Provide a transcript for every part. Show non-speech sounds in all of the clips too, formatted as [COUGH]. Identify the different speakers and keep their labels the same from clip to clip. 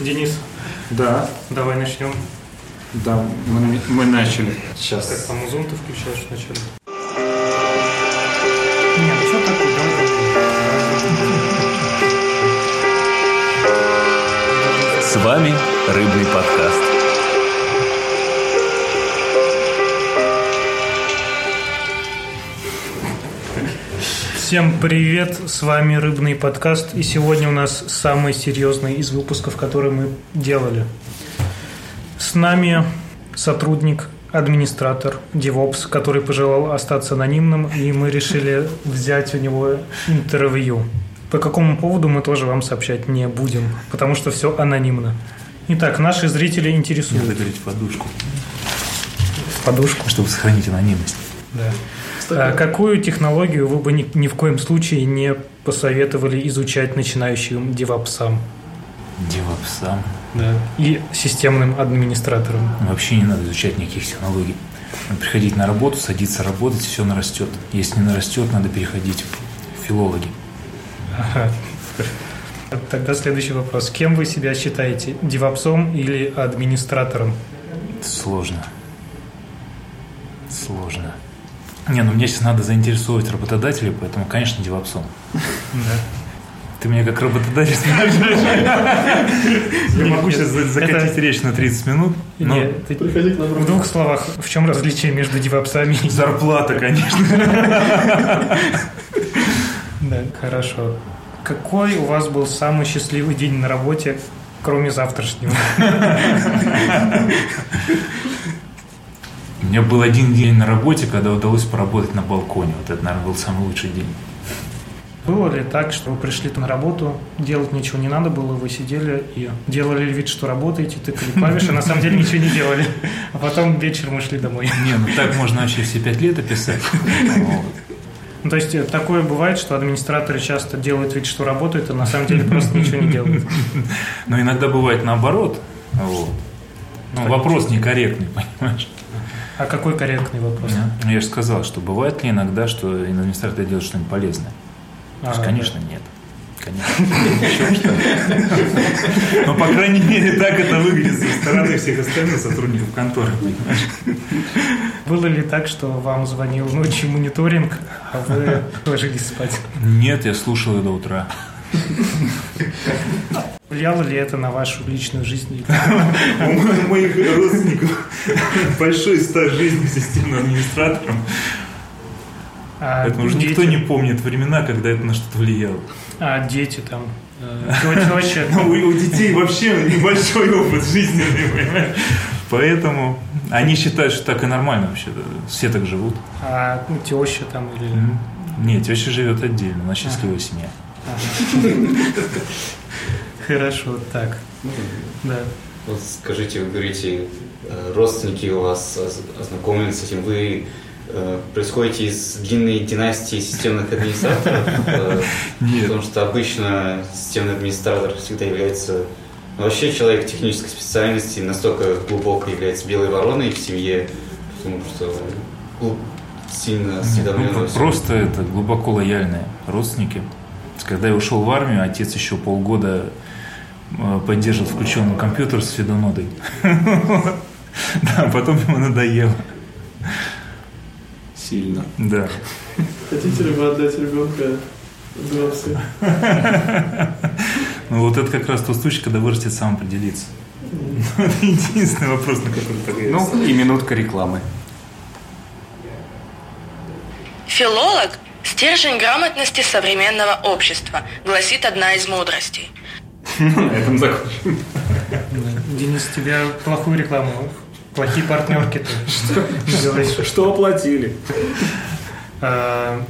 Speaker 1: Денис,
Speaker 2: Да,
Speaker 1: давай начнем.
Speaker 2: да, мы, мы начали.
Speaker 1: Как
Speaker 2: Сейчас.
Speaker 1: там зум ты включаешь вначале? Не, ну что такое, да?
Speaker 3: С вами «Рыбный подкаст».
Speaker 1: Всем привет, с вами Рыбный подкаст, и сегодня у нас самый серьезный из выпусков, который мы делали. С нами сотрудник, администратор DevOps, который пожелал остаться анонимным, и мы решили взять у него интервью. По какому поводу мы тоже вам сообщать не будем, потому что все анонимно. Итак, наши зрители
Speaker 4: Надо
Speaker 1: интересуют.
Speaker 4: говорить в подушку,
Speaker 1: Подушку.
Speaker 4: чтобы сохранить анонимность.
Speaker 1: Да. А какую технологию вы бы ни, ни в коем случае не посоветовали изучать начинающим девапсам
Speaker 4: Девопсам.
Speaker 1: и системным администраторам?
Speaker 4: Вообще не надо изучать никаких технологий. Надо приходить на работу, садиться работать, все нарастет. Если не нарастет, надо переходить в филологи.
Speaker 1: Ага. Тогда следующий вопрос. Кем вы себя считаете? Девапсом или администратором?
Speaker 4: Сложно. Сложно. Не, ну мне сейчас надо заинтересовать работодателя, поэтому, конечно, девопсом.
Speaker 1: Да.
Speaker 4: Ты меня как работодатель [LAUGHS] Я могу сейчас Ну, за- закатить
Speaker 1: Это-
Speaker 4: речь на 30 минут, но
Speaker 1: Не, ты-
Speaker 5: Приходи к нам
Speaker 1: в двух словах, в чем различие между девапсами и...
Speaker 4: зарплата, конечно.
Speaker 1: Да, хорошо. Какой у вас был самый счастливый день на работе, кроме завтрашнего?
Speaker 4: У меня был один день на работе, когда удалось поработать на балконе. Вот это, наверное, был самый лучший день.
Speaker 1: Было ли так, что вы пришли на работу, делать ничего не надо было, вы сидели и делали вид, что работаете, тыкали клавиши, а на самом деле ничего не делали. А потом вечером мы шли домой.
Speaker 4: Не, ну так можно вообще все пять лет описать. Вот.
Speaker 1: Ну, то есть э, такое бывает, что администраторы часто делают вид, что работают, а на самом деле просто ничего не делают.
Speaker 4: Но иногда бывает наоборот. Вот. Ну, вопрос некорректный, понимаешь?
Speaker 1: А какой корректный вопрос?
Speaker 4: Ну, Я же сказал, что бывает ли иногда, что администратор делает что-нибудь полезное? То есть,
Speaker 1: А,
Speaker 4: конечно, нет. Конечно. Чё, что ли? Но, по крайней мере, так это выглядит со стороны всех остальных сотрудников конторы. понимаешь?
Speaker 1: Было ли так, что вам звонил ночью мониторинг, а вы [LAUGHS] ложились спать?
Speaker 4: Нет, я слушал ее до утра.
Speaker 1: Влияло ли это на вашу личную жизнь?
Speaker 4: У моих родственников большой стаж жизни системным администратором.
Speaker 1: А
Speaker 4: Поэтому уже
Speaker 1: дети-
Speaker 4: никто не помнит времена, когда это на что-то влияло.
Speaker 1: А дети там, э, теща,
Speaker 4: У, у детей вообще небольшой опыт жизненный, понимаешь? Поэтому они считают, что так и нормально вообще. Все так живут.
Speaker 1: а ну, теща там или...
Speaker 4: Нет, теща живет отдельно, она счастливая семья.
Speaker 1: Хорошо, так. Да.
Speaker 5: Вот Ну, скажите, вы говорите, э, родственники у вас оз- ознакомлены с этим, вы э, происходите из длинной династии системных администраторов,
Speaker 4: [LAUGHS]
Speaker 5: э, потому что обычно системный администратор всегда является ну, вообще человек технической специальности, настолько глубоко является белой вороной в семье, потому что глуб- сильно осведомлен
Speaker 4: Ну,
Speaker 5: во всем.
Speaker 4: просто это глубоко лояльные родственники. Когда я ушел в армию, отец еще полгода э, поддерживал включенный компьютер с фидонодой. [LAUGHS] Да, потом ему надоело.
Speaker 2: Сильно.
Speaker 4: Да.
Speaker 6: Хотите ли вы отдать ребенка Дуапсы?
Speaker 4: Ну вот это как раз тот случай, когда вырастет, сам определится. Это единственный вопрос, на который так я
Speaker 2: Ну, и минутка рекламы.
Speaker 7: Филолог – стержень грамотности современного общества, гласит одна из мудростей.
Speaker 2: На этом закончим.
Speaker 1: Денис, тебя плохую рекламу, плохие партнерки ты делаешь.
Speaker 2: Что оплатили?
Speaker 1: А,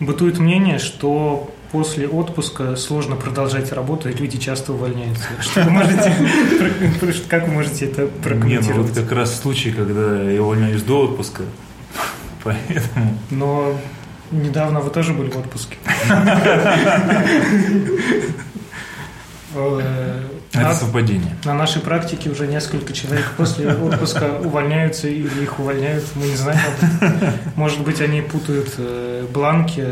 Speaker 1: Бытует мнение, что после отпуска сложно продолжать работу, и люди часто
Speaker 4: [LAUGHS]
Speaker 1: увольняются. Что вы можете, как вы можете это
Speaker 4: Не, ну вот
Speaker 1: прокомментировать?
Speaker 4: как раз случай, когда я увольняюсь до отпуска. Поэтому
Speaker 1: Но недавно вы тоже были в
Speaker 4: [LAUGHS]
Speaker 1: отпуске. Э,
Speaker 4: это
Speaker 1: а-
Speaker 4: совпадение.
Speaker 1: На нашей практике уже несколько человек после отпуска увольняются или их увольняют, мы не знаем. об этом. Может быть, они путают э, бланки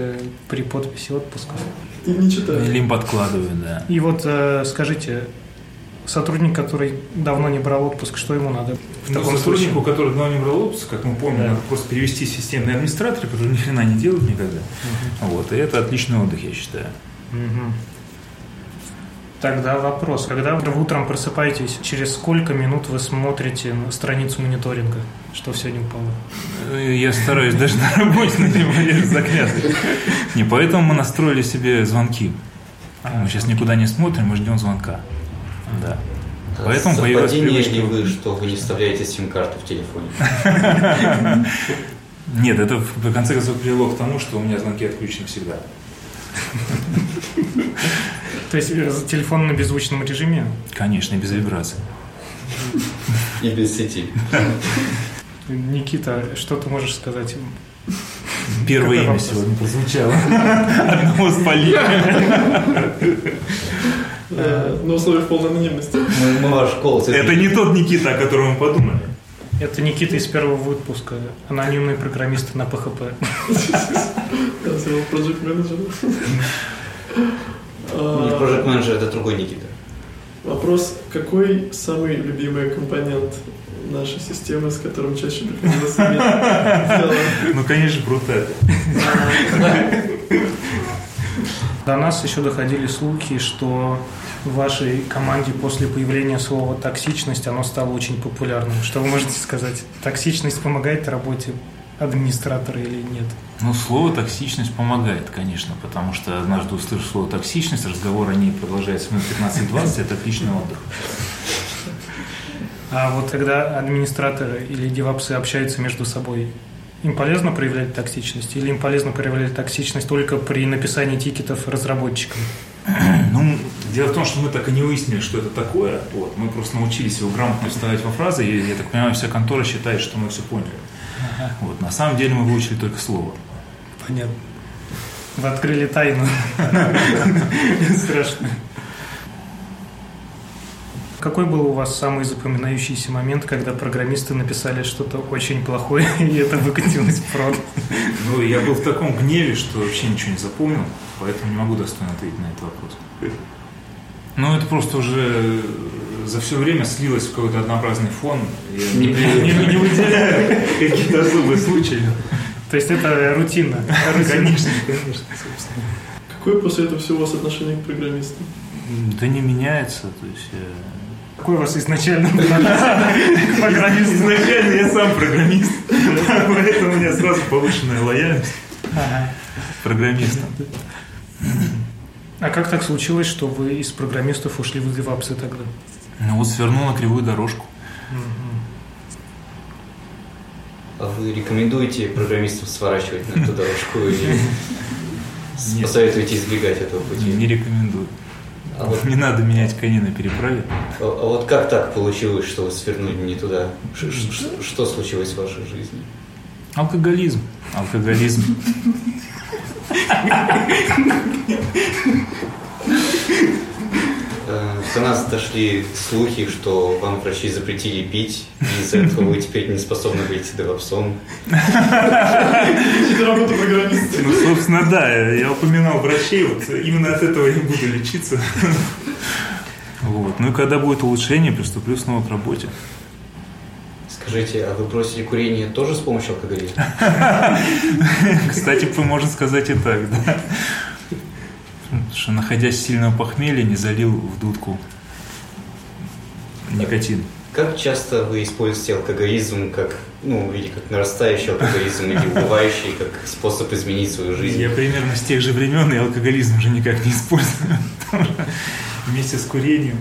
Speaker 1: при подписи отпусков.
Speaker 6: И не читаю.
Speaker 4: Или им подкладываю, да.
Speaker 1: И вот э, скажите, сотрудник, который давно не брал отпуск, что ему надо в
Speaker 4: Ну,
Speaker 1: таком случае?
Speaker 4: сотруднику, который давно не брал отпуск, как мы помним,
Speaker 1: Да.
Speaker 4: надо просто перевести системный администратор, который ни хрена не делает никогда. Вот, и это отличный отдых, я считаю.
Speaker 1: Мгм. Тогда вопрос. Когда вы утром просыпаетесь, через сколько минут вы смотрите на страницу мониторинга, что все не упало?
Speaker 4: Э, Я стараюсь даже на работе на него лезть заглядывать. Не, поэтому мы настроили себе звонки. Мы сейчас никуда не смотрим, мы ждем звонка. Да. Поэтому появилась
Speaker 5: Совпадение ли
Speaker 4: привычка.
Speaker 5: вы, что вы не вставляете сим-карту в телефоне?
Speaker 4: Нет, это в в конце концов привело к тому, что у меня звонки отключены всегда.
Speaker 1: То есть э, телефон на беззвучном режиме?
Speaker 4: Конечно, и без вибраций.
Speaker 5: И
Speaker 4: [LAUGHS]
Speaker 5: без сети.
Speaker 1: Никита, что ты можешь сказать? Какой
Speaker 4: Первое имя
Speaker 1: вопрос?
Speaker 4: сегодня прозвучало. [LAUGHS] Одного с полей.
Speaker 6: Э, На условиях полной анонимности.
Speaker 5: Мы, мы ваш колл
Speaker 4: Это не тот Никита, о котором мы подумали.
Speaker 1: Это Никита из первого выпуска, анонимный программист на ПХП.
Speaker 6: Там всего Project Manager.
Speaker 5: Не
Speaker 6: А,
Speaker 5: Project Manager, это другой Никита.
Speaker 6: Вопрос, какой самый любимый компонент нашей системы, с которым чаще приходилось иметь
Speaker 4: Ну, конечно, круто это.
Speaker 1: До нас еще доходили слухи, что в вашей команде после появления слова «токсичность» оно стало очень популярным. Что вы можете сказать? Токсичность помогает работе администратора или нет?
Speaker 4: Ну, слово токсичность помогает, конечно, потому что однажды услышав слово токсичность, разговор о ней продолжается минут 15-20, это отличный отдых.
Speaker 1: А вот когда администраторы или девапсы общаются между собой, им полезно проявлять токсичность? Или им полезно проявлять токсичность только при написании тикетов разработчикам?
Speaker 4: Ну, дело в том, что мы так и не выяснили, что это такое. Вот, мы просто научились его грамотно вставать во фразы, и, я так понимаю, вся контора считает, что мы все поняли. Вот, на самом деле мы выучили только слово.
Speaker 1: Понятно. Вы открыли тайну. [LAUGHS] Страшно. Какой был у вас самый запоминающийся момент, когда программисты написали что-то очень плохое, [LAUGHS] и это выкатилось в прод?
Speaker 4: Ну, я был в таком гневе, что вообще ничего не запомнил, поэтому не могу достойно ответить на этот вопрос. Ну, это просто уже э, за все время слилось в какой-то однообразный фон. Я не, не- не выделяю какие-то особые случаи.
Speaker 1: То есть это рутина. Рутина.
Speaker 4: Конечно, конечно. собственно.
Speaker 6: Какое после этого всего у вас отношение к программистам?
Speaker 4: Да не меняется, то есть... э,
Speaker 1: Какой у вас изначально [LAUGHS] был программист?
Speaker 4: Изначально я сам программист, поэтому у меня сразу повышенная лояльность
Speaker 1: Ага.
Speaker 4: к программистам.
Speaker 1: А как так случилось, что вы из программистов ушли в девапсы тогда?
Speaker 4: Ну вот свернул на кривую дорожку.
Speaker 5: А вы рекомендуете программистам сворачивать на эту дорожку или с-
Speaker 4: Нет.
Speaker 5: посоветуете избегать этого
Speaker 4: Не,
Speaker 5: пути?
Speaker 4: не рекомендую.
Speaker 5: А вот,
Speaker 4: Не надо менять коней на переправе.
Speaker 5: а- а вот как так получилось, что вы свернули не туда? Ш- ш- ш- Что случилось в вашей жизни?
Speaker 4: Алкоголизм. Алкоголизм.
Speaker 5: Э, До нас дошли слухи, что вам врачи запретили пить, и из-за этого вы теперь не способны быть девопсом.
Speaker 6: Ищите работу программиста.
Speaker 4: Ну, собственно, да, я упоминал врачей, вот именно от этого я и буду лечиться. Вот. Ну и когда будет улучшение, приступлю снова к работе.
Speaker 5: Скажите, а вы бросили курение тоже с помощью алкоголизма?
Speaker 4: Кстати, п- можно сказать и так, да. Потому Что находясь в сильном похмелье, не залил в дудку никотин.
Speaker 5: Как часто вы используете алкоголизм как, ну, или как нарастающий алкоголизм, или убывающий, как способ изменить свою жизнь?
Speaker 4: Я примерно с тех же времен и алкоголизм уже никак не использую. Потому что Вместе с курением.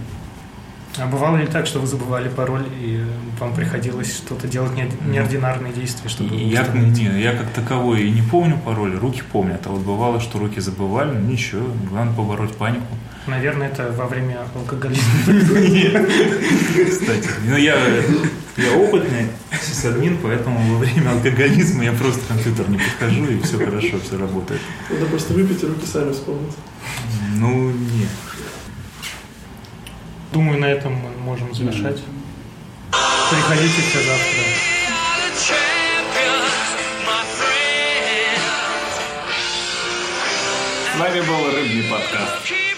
Speaker 1: А бывало ли так, что вы забывали пароль, и вам приходилось что-то делать, неорди- неординарные действия, чтобы его
Speaker 4: Я,
Speaker 1: установить?
Speaker 4: не, я как таковой и не помню пароль, руки помнят. А вот бывало, что руки забывали, ну ничего, главное побороть панику.
Speaker 1: Наверное, это во время алкоголизма.
Speaker 4: Кстати, ну я, я опытный сисадмин, поэтому во время алкоголизма я просто к компьютеру не подхожу, и все хорошо, все работает.
Speaker 6: Надо просто выпить и руки сами вспомнить.
Speaker 4: Ну, нет.
Speaker 1: Думаю, на этом мы можем завершать. Приходите все завтра.
Speaker 3: С вами был Рыбный подкаст.